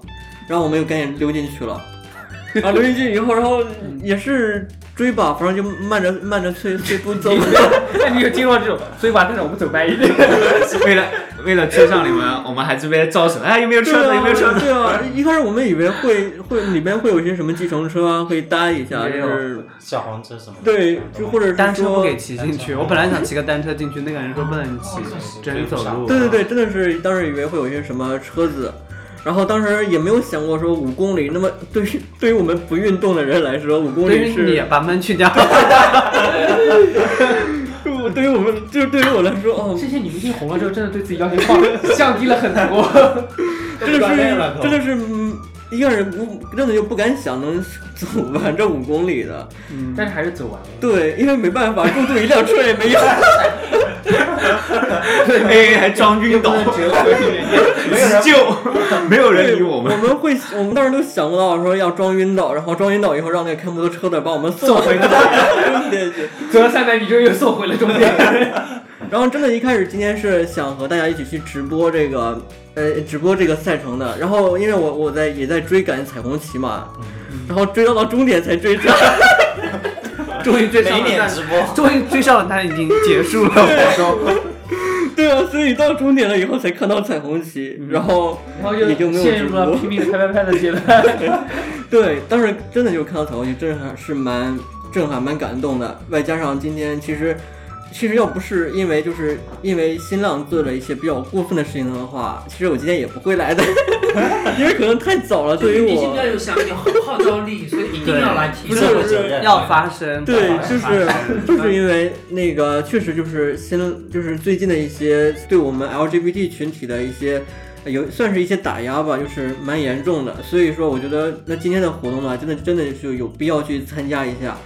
[SPEAKER 9] 然后我们又赶紧溜进去了，然后溜进去以后，然后也是追吧，反正就慢着慢着碎碎步走，
[SPEAKER 3] 那你有经过这 *laughs* 种，所以晚上我们走慢一点。
[SPEAKER 7] 为了为了追上你们，我们还这边招手，哎，有没有车
[SPEAKER 9] 对
[SPEAKER 7] 子？
[SPEAKER 9] 啊，
[SPEAKER 7] 有没有车子？
[SPEAKER 9] 对啊，一开始我们以为会会里面会有一些什么计程车啊，可以搭一下，
[SPEAKER 4] 也
[SPEAKER 9] 就
[SPEAKER 4] 有
[SPEAKER 9] 是
[SPEAKER 5] 小黄车什么的？
[SPEAKER 9] 对，就或者是
[SPEAKER 4] 单车不
[SPEAKER 9] 说
[SPEAKER 4] 给骑进去，我本来想骑个单车进去，那个人说不能骑，只能走路。
[SPEAKER 9] 对对对，真的是当时以为会有一些什么车子，然后当时也没有想过说五公里，那么对于对于我们不运动的人来说，五公
[SPEAKER 4] 对
[SPEAKER 9] 里
[SPEAKER 4] 于你
[SPEAKER 9] 是，
[SPEAKER 4] 把门去掉，
[SPEAKER 9] 我哦对于我们就是对于我来说，哦，
[SPEAKER 3] 这些女明星红了之后，真的对自己要求
[SPEAKER 4] *laughs*
[SPEAKER 3] 放降低了很多。
[SPEAKER 9] 真的
[SPEAKER 5] 锻
[SPEAKER 9] 是
[SPEAKER 5] 炼了都
[SPEAKER 9] 真的是。嗯一个人无真的就不敢想能走 *laughs* 完这五公里的，
[SPEAKER 3] 但是还是走完了。
[SPEAKER 9] 对，因为没办法，共度一辆车也没有。
[SPEAKER 8] 啊
[SPEAKER 7] 哎，还装晕倒， *laughs* 急
[SPEAKER 8] *laughs*
[SPEAKER 7] 救，没有人
[SPEAKER 9] 对，
[SPEAKER 7] 理我们。
[SPEAKER 9] 会，我们当时都想不到说要装晕倒，然后装晕倒以后让那个开摩托车的把我们送回去。对对。
[SPEAKER 3] 走了三百米之后又送回了终点。 *laughs*
[SPEAKER 9] 然后真的，一开始今天是想和大家一起去直播这个，呃，直播这个赛程的。然后因为我我在也在追赶彩虹旗嘛，然后追到了终点才追上。
[SPEAKER 4] 终于追上
[SPEAKER 5] 每
[SPEAKER 4] 了
[SPEAKER 5] 点直播，
[SPEAKER 4] *laughs* 终于追上了，他已经结束了活动。
[SPEAKER 9] *laughs* 对啊，所以到终点了以后才看到彩虹旗，然后
[SPEAKER 3] 嗯然后就
[SPEAKER 9] 也就没有
[SPEAKER 3] 陷
[SPEAKER 9] 直
[SPEAKER 3] 入了
[SPEAKER 9] 播。
[SPEAKER 3] *laughs* 拼命拍拍拍的阶段。
[SPEAKER 9] 对，当时真的就看到彩虹旗，真的还是蛮震撼、蛮感动的。外加上今天其实。其实要不是因为就是因为新浪做了一些比较过分的事情的话，其实我今天也不会
[SPEAKER 3] *laughs*
[SPEAKER 9] 来的， *laughs* 因为可能太早了。对于
[SPEAKER 6] 明星
[SPEAKER 9] 我
[SPEAKER 6] 要，有想有号召力，所以一定要来踢。
[SPEAKER 4] 不
[SPEAKER 9] 是
[SPEAKER 4] 是
[SPEAKER 9] 不
[SPEAKER 4] 不
[SPEAKER 9] 是
[SPEAKER 4] 是要发生，
[SPEAKER 9] 对，就是就是因为那个，确实就是新，就是最近的一些对我们 LGBT 群体的一些呃有算是一些打压吧，就是蛮严重的。所以说，我觉得那今天的活动呢，真的真的就有必要去参加一下。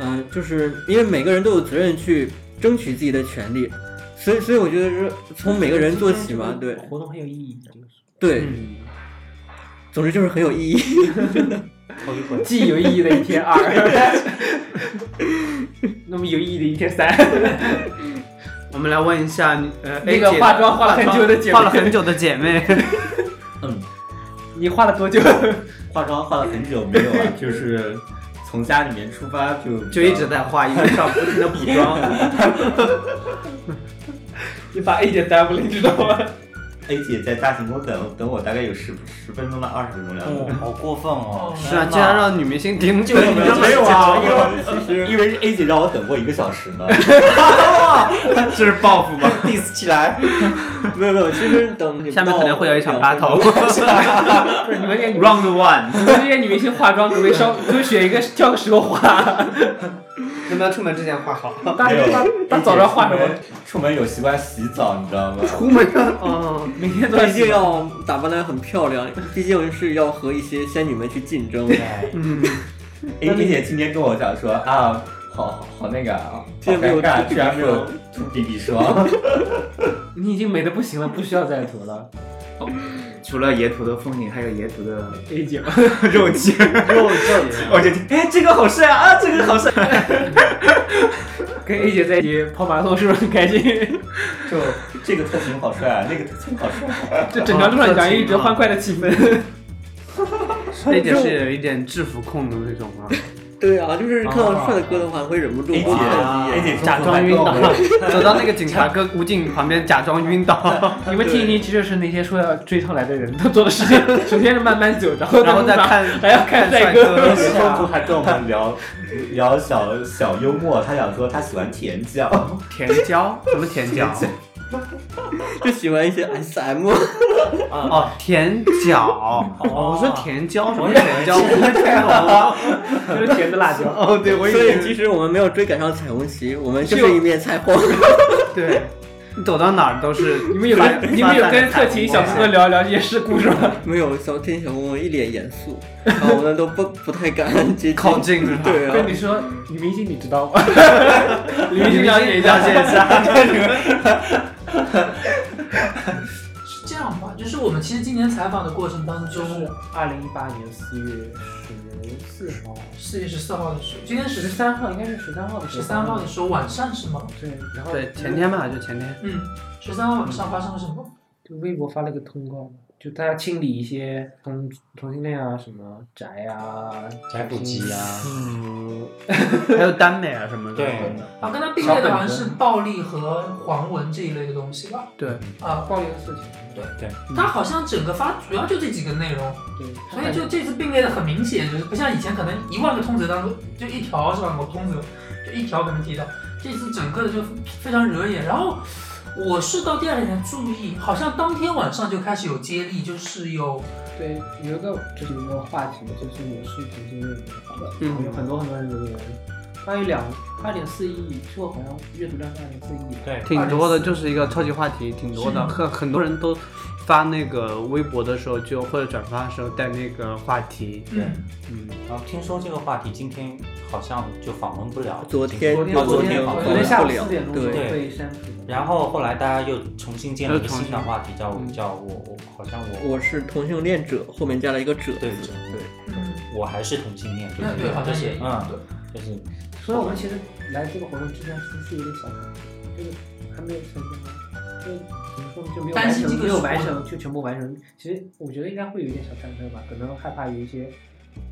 [SPEAKER 9] 嗯、就是因为每个人都有责任去争取自己的权利。所以，所以我觉得是从每个人做起嘛，对
[SPEAKER 3] 活动很有意义，啊真的是嗯
[SPEAKER 9] 对，总之就是很有意义。 *laughs*
[SPEAKER 5] 头一回。
[SPEAKER 3] 既有意义的一天
[SPEAKER 4] *laughs*
[SPEAKER 3] 二，那么有意义的一天三，
[SPEAKER 4] 我们来问一下，呃，
[SPEAKER 3] 那个
[SPEAKER 4] A 姐
[SPEAKER 3] 化妆化了很久的姐妹
[SPEAKER 4] 化了很久的姐妹，
[SPEAKER 8] 嗯，
[SPEAKER 3] 你花了多久？
[SPEAKER 8] 化妆化了很久没有啊，就是从家里面出发就
[SPEAKER 4] *laughs* 就一直在化，一路上不停的补妆。
[SPEAKER 3] 你把 A 姐耽误了，你知道吗？
[SPEAKER 8] A 姐在大行宫等等我，大概有十十分钟到二十分钟两
[SPEAKER 5] 哦，好过分哦！
[SPEAKER 4] 是啊，竟然让女明星顶住你
[SPEAKER 8] 没有
[SPEAKER 4] *laughs*
[SPEAKER 8] 啊，因为
[SPEAKER 5] 其实
[SPEAKER 8] 因为是 A 姐让我等过一个小时 *laughs* 呢，
[SPEAKER 4] 这是报复吧？
[SPEAKER 8] *laughs* diss 起来。
[SPEAKER 9] 没有没有，其实等你们
[SPEAKER 4] 下面可能会有一场 battle。
[SPEAKER 3] 不是你们这些女，
[SPEAKER 4] Round one，
[SPEAKER 3] 你们这些女明星化妆，可不可以稍，可不可以选一个挑个时候 *laughs* 化？
[SPEAKER 4] 能不能出门之前化好？
[SPEAKER 3] 大
[SPEAKER 8] 没有
[SPEAKER 3] 大大早上化什么？？
[SPEAKER 8] 出门有习惯洗澡，你
[SPEAKER 9] *laughs*
[SPEAKER 8] 知道吗？
[SPEAKER 4] 出门哦，
[SPEAKER 3] 每天都要
[SPEAKER 9] 毕
[SPEAKER 3] 洗
[SPEAKER 9] 竟要打扮的很漂亮，毕竟是要和一些仙女们去竞争。 *laughs*
[SPEAKER 8] A B 姐今天跟我讲说啊，好好好那个啊，好
[SPEAKER 9] 居然没有
[SPEAKER 8] 尴尬，
[SPEAKER 9] 涂
[SPEAKER 8] 居然没有涂 BB 霜。
[SPEAKER 3] *laughs* 你已经美的不行了，不需要再涂了。
[SPEAKER 7] *laughs* 除了沿途的风景，还有沿途的
[SPEAKER 3] A 姐，
[SPEAKER 7] *laughs* 肉体。
[SPEAKER 4] 肉肉
[SPEAKER 7] *laughs* 我就听，哎，这个好帅啊，啊，这个好帅。
[SPEAKER 3] 跟 A 姐在一起跑马拉松是不是很开心？
[SPEAKER 8] 就 *laughs* 这个特型好帅啊，那个特型好帅啊。
[SPEAKER 3] 这整条路上讲一直欢快的气
[SPEAKER 4] *laughs*
[SPEAKER 3] 氛。
[SPEAKER 4] ，A 姐是有一点制服控的那种 *laughs* 吗？
[SPEAKER 9] 对啊，就是看到帅的哥的话，会忍不住
[SPEAKER 8] A 姐
[SPEAKER 9] 多看一
[SPEAKER 8] ，A
[SPEAKER 9] 眼。
[SPEAKER 8] 姐
[SPEAKER 4] 哎假装晕倒， *laughs* 走到那个警察哥武警旁边假装晕倒，
[SPEAKER 3] 你们听一听，这就是那些说要追上来的人他做的事情。首先是慢慢走，然后
[SPEAKER 4] 然后再
[SPEAKER 3] 再
[SPEAKER 4] 看
[SPEAKER 3] 还要看
[SPEAKER 4] 帅
[SPEAKER 3] 帅
[SPEAKER 4] 哥 *laughs*
[SPEAKER 3] 哥。
[SPEAKER 8] 中途还跟我们聊聊小小幽默，他想说他喜欢甜酱，
[SPEAKER 4] 甜椒，什么甜椒？
[SPEAKER 9] 就喜欢一些 SM，
[SPEAKER 4] 哦，甜角。哦，我说甜椒，什么甜椒？
[SPEAKER 3] *laughs* 就是甜的辣椒。
[SPEAKER 4] 哦，对，我以
[SPEAKER 9] 所以
[SPEAKER 4] 为
[SPEAKER 9] 其实我们没有追赶上彩虹旗，我们就是一面彩虹。 *laughs*
[SPEAKER 4] 对，你走到哪儿都是
[SPEAKER 3] *laughs* 你们有
[SPEAKER 4] 发
[SPEAKER 3] 跟你们有跟特勤小哥哥聊一聊这些事故是吧？
[SPEAKER 9] 没有小天小公一脸严肃，然后我们都不不太敢接近
[SPEAKER 4] 靠。近是吧？
[SPEAKER 9] 对
[SPEAKER 3] 跟
[SPEAKER 9] 啊，
[SPEAKER 3] 你说，女明星你知 *laughs* 道吗？女明星了解一 *laughs* 下，
[SPEAKER 4] 了解一下。
[SPEAKER 6] 是这样吧？就是我们其实今年采访的过程当中，
[SPEAKER 3] 二零一八年四月十四号，
[SPEAKER 6] 四月十四号的时候，今天
[SPEAKER 3] 十
[SPEAKER 6] 十
[SPEAKER 3] 三号应该是十三号的
[SPEAKER 6] 十三号的时候晚上是吗？
[SPEAKER 3] 对，然后
[SPEAKER 4] 对，前天吧，就前天。
[SPEAKER 6] 嗯，十三号晚上发生了什么？
[SPEAKER 3] 就微博发了个通告，就大家清理一些同同性恋啊、什么宅啊、
[SPEAKER 5] 宅不及啊
[SPEAKER 4] 嗯， *laughs* 还有耽美啊什么的。
[SPEAKER 5] 对
[SPEAKER 6] 啊，跟他并列的好像是暴力和黄文这一类的东西吧？
[SPEAKER 4] 对，
[SPEAKER 6] 啊，
[SPEAKER 3] 暴力的事情。
[SPEAKER 6] 他好像整个发主要就这几个内容，
[SPEAKER 3] 对，
[SPEAKER 6] 所以就这次并列的很明显，就是不像以前可能一万个通则当中就一条是吧？某通则就一条可能提到，这次整个的就非常惹眼。然后我是到第二天才注意，好像当天晚上就开始有接力，就是有
[SPEAKER 3] 对，有一个这是一个话题，就是我是同性恋者，
[SPEAKER 4] 嗯
[SPEAKER 3] 有很多很多人留言，大约两二点四亿，最后好像阅读量是二点四亿。
[SPEAKER 5] 对
[SPEAKER 4] 挺多的，就是一个超级话题，挺多的，很很多人都发那个微博的时候就或者转发的时候带那个话题，
[SPEAKER 6] 嗯
[SPEAKER 4] 嗯，
[SPEAKER 5] 然后听说这个话题今天好像就访问不了，
[SPEAKER 9] 昨天
[SPEAKER 3] 昨天
[SPEAKER 5] 哦昨天
[SPEAKER 3] 昨
[SPEAKER 5] 好
[SPEAKER 3] 天下午四点钟就
[SPEAKER 9] 对
[SPEAKER 3] 被删除了。
[SPEAKER 5] 然后后来大家又重新建了一个
[SPEAKER 4] 又重新
[SPEAKER 5] 新的话题，叫
[SPEAKER 9] 嗯
[SPEAKER 5] 我叫我我好像我
[SPEAKER 9] 我是同性恋者，后面加了一个者字。
[SPEAKER 5] 对
[SPEAKER 9] 对，
[SPEAKER 6] 嗯，
[SPEAKER 5] 我还是同性恋，就
[SPEAKER 6] 那对，好
[SPEAKER 5] 是
[SPEAKER 6] 像也
[SPEAKER 5] 嗯就
[SPEAKER 6] 对。
[SPEAKER 5] 是
[SPEAKER 3] 所以我们其实来这个活动之前是是有点小忐忑，就是还没有成功，啊就怎么说呢就没有完
[SPEAKER 6] 担心这
[SPEAKER 3] 成，
[SPEAKER 6] 个
[SPEAKER 3] 没有
[SPEAKER 6] 是
[SPEAKER 3] 完
[SPEAKER 6] 活
[SPEAKER 3] 成就全部完成。其实我觉得应该会有一点小忐忑吧，可能害怕有一些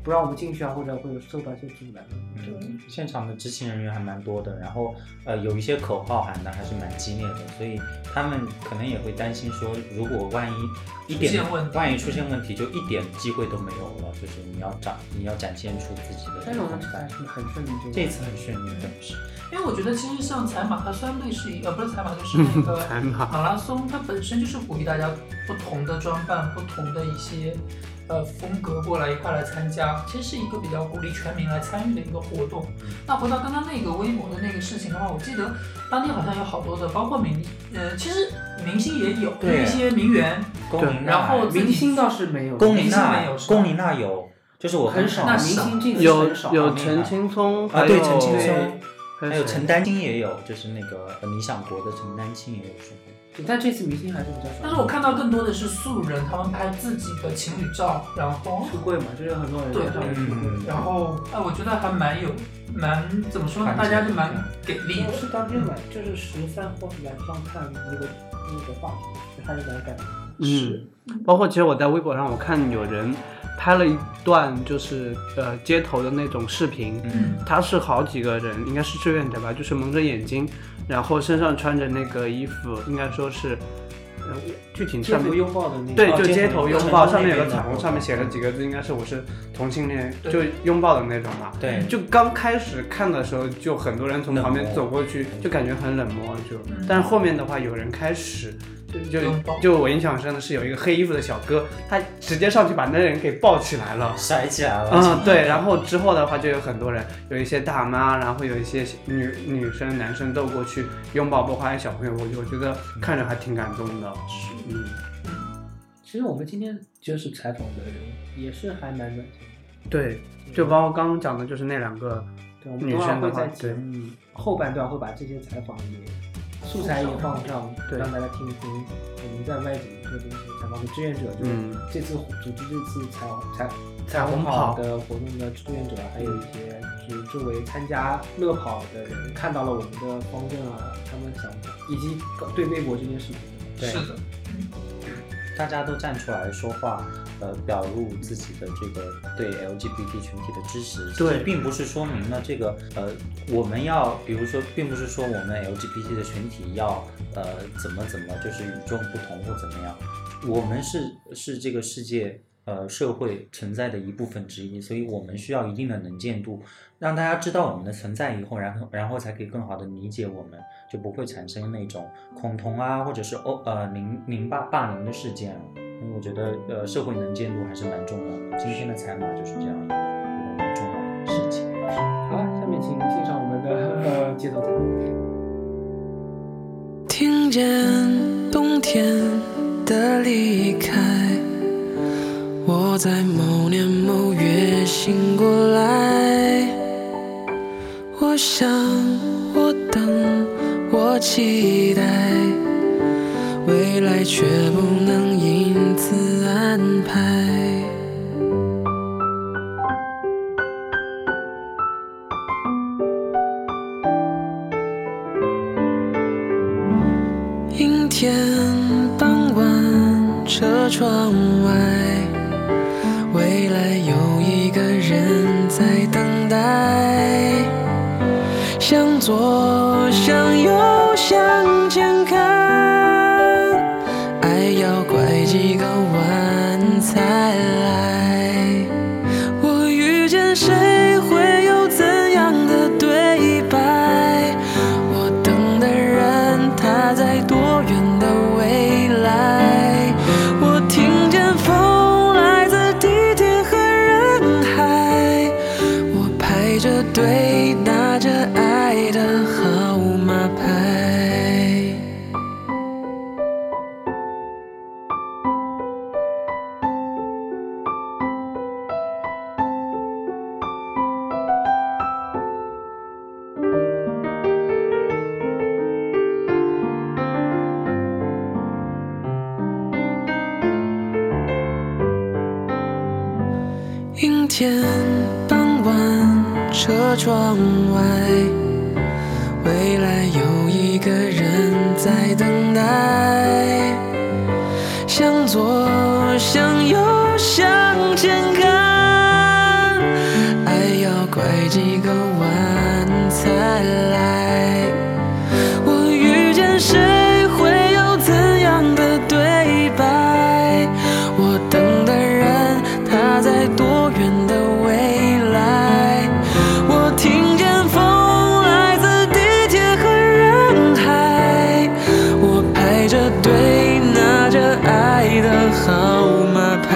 [SPEAKER 3] 不让我们进去啊，或者会有受到一些阻拦。
[SPEAKER 5] 嗯现场的执行人员还蛮多的，然后呃有一些口号喊的还是蛮激烈的，所以他们可能也会担心说，如果万一一
[SPEAKER 6] 出
[SPEAKER 5] 点
[SPEAKER 6] 现问题
[SPEAKER 5] 万一出现问题，就一点机会都没有了，就是你要展你要展现出自己的
[SPEAKER 3] 但是我们这
[SPEAKER 5] 风
[SPEAKER 3] 次还
[SPEAKER 5] 范
[SPEAKER 3] 是很顺利，
[SPEAKER 5] 这次很顺利，真的是
[SPEAKER 6] 因为我觉得其实像采马，它虽然类似于呃不是采马，就是那个
[SPEAKER 4] 采马
[SPEAKER 6] 马拉松，它本身就是鼓励大家不同的装扮、不同的一些呃风格过来一块来参加，其实是一个比较鼓励全民来参与的一个活动。那回到刚刚那个微博的那个事情的话，我记得当天好像有好多的，包括明呃其实明星也有，
[SPEAKER 5] 对
[SPEAKER 6] 一些名媛，
[SPEAKER 5] 龚琳娜，哎
[SPEAKER 6] 然后
[SPEAKER 3] 明星倒是没有，
[SPEAKER 5] 龚琳
[SPEAKER 6] 明星没
[SPEAKER 5] 娜
[SPEAKER 6] 有是吧
[SPEAKER 5] 龚琳娜有，就是我
[SPEAKER 3] 很少，
[SPEAKER 6] 那
[SPEAKER 3] 明
[SPEAKER 6] 少
[SPEAKER 3] 星进去
[SPEAKER 4] 有
[SPEAKER 3] 很少。啊
[SPEAKER 4] 有陈青松，还
[SPEAKER 5] 啊
[SPEAKER 4] 有
[SPEAKER 5] 对陈青
[SPEAKER 3] 对
[SPEAKER 5] 松，还有陈丹青也有，就是那个呃理想国的陈丹青也有说过。
[SPEAKER 3] 但这次明星还是比较少。
[SPEAKER 6] 但是我看到更多的是素人，他们拍自己的情侣照，然后
[SPEAKER 3] 出柜嘛，就是很多人
[SPEAKER 6] 对
[SPEAKER 3] 上面出柜。
[SPEAKER 6] 然后哎，我觉得还蛮有蛮怎么说呢，大家就蛮给力
[SPEAKER 3] 我
[SPEAKER 6] 的。
[SPEAKER 3] 是当天晚，就是十三号晚上看那个那个话题，还是蛮感动。
[SPEAKER 4] 嗯，包括其实我在微博上，我看有人拍了一段，就是呃街头的那种视频，
[SPEAKER 8] 嗯，
[SPEAKER 4] 他是好几个人，应该是志愿者吧，就是蒙着眼睛，然后身上穿着那个衣服，应该说是，呃，具体
[SPEAKER 3] 街
[SPEAKER 4] 上
[SPEAKER 3] 头
[SPEAKER 4] 面
[SPEAKER 3] 拥抱的那个，
[SPEAKER 4] 对，
[SPEAKER 5] 哦
[SPEAKER 4] 就
[SPEAKER 5] 街
[SPEAKER 4] 街
[SPEAKER 5] 头
[SPEAKER 4] 头
[SPEAKER 5] 拥
[SPEAKER 4] 拥
[SPEAKER 5] 抱
[SPEAKER 4] 抱，上面有
[SPEAKER 5] 那边
[SPEAKER 4] 个
[SPEAKER 5] 的
[SPEAKER 4] 彩虹，上面写了几个字，应该是我是同性恋，就
[SPEAKER 6] 对
[SPEAKER 4] 拥抱的那种嘛。
[SPEAKER 5] 对，
[SPEAKER 4] 就刚开始看的时候，就很多人从旁边走过去，就感觉很冷漠，就。
[SPEAKER 6] 嗯
[SPEAKER 4] 但是后面的话，有人开始，就就
[SPEAKER 6] 拥
[SPEAKER 3] 嗯
[SPEAKER 6] 抱
[SPEAKER 4] 就我印象深的是有一个黑衣服的小哥，他直接上去把那人给抱起来了。
[SPEAKER 5] 晒起来了。
[SPEAKER 4] 嗯，对，然后之后的话就有很多人，有一些大妈，然后有一些女女生、男生都过去拥抱，包括还有小朋友，我我觉得看着还挺感动的。嗯，
[SPEAKER 3] 其实我们今天就是采访的人也是还蛮暖心的。
[SPEAKER 4] 对，就包括刚刚讲的，就是那两个
[SPEAKER 3] 对，我们
[SPEAKER 4] 女
[SPEAKER 3] 等会儿
[SPEAKER 4] 生
[SPEAKER 3] 会
[SPEAKER 4] 的话
[SPEAKER 3] 在，节
[SPEAKER 4] 对嗯
[SPEAKER 3] 目后半段会把这些采访也素材也放上，
[SPEAKER 4] 对
[SPEAKER 3] 让大家听一听我们在外景做这些采访的志愿者，就是
[SPEAKER 4] 嗯
[SPEAKER 3] 这次组织这次彩虹彩
[SPEAKER 4] 彩虹
[SPEAKER 3] 跑
[SPEAKER 4] 跑
[SPEAKER 3] 的活动的志愿者，还有一些就是周围参加乐跑的人看到了我们的方阵啊，他们的想法，以及对微博这件事情。
[SPEAKER 5] 对
[SPEAKER 6] 是的，
[SPEAKER 5] 大家都站出来说话，呃，表露自己的这个对 LGBT 群体的支持。其实
[SPEAKER 4] 对
[SPEAKER 5] 并不是说明了这个呃，我们要，比如说，并不是说我们 LGBT 的群体要呃怎么怎么，就是与众不同或怎么样。我们是呃是这个世界呃社会存在的一部分之一，所以我们需要一定的能见度，让大家知道我们的存在以后，然后然后才可以更好的理解我们，就不会产生那种恐同啊，或者是哦呃凌凌霸霸凌的事件。啊因为我觉得呃社会能见度还是蛮重要的。今天的采访就是这样一个我觉得蛮重要的事情。
[SPEAKER 3] 好了，下面请欣赏我们的 *laughs* 呃街头采访。
[SPEAKER 1] 听见冬天的离开，我在某年某月醒过来。我想，我等，我期待，未来却不能因此安排。阴天傍晚，车窗外，未来有一个人在等待。向左，向右，向前看，爱要拐几个弯才来。我遇见谁会有怎样的对白？我等的人他在多远的未来？我听见风来自地铁和人海，我排着队拿着爱的号码牌。阴天傍晚，车窗外，未来有一个人在等待。向左，向右，向前看，爱要拐几个弯才来。我遇见谁会有怎样的对白？我等的人他在多远的未来？我听见风来自地铁和人海，我排着队拿着爱的号码牌。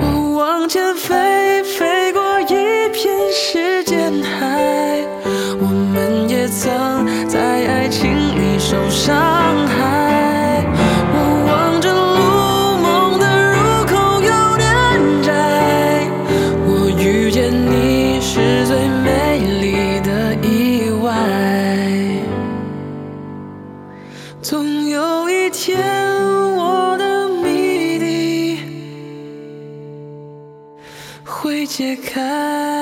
[SPEAKER 1] 我往前飞，飞过一片时间海。我们也曾在爱情里受伤害。我望着路，梦的入口有点窄。解开。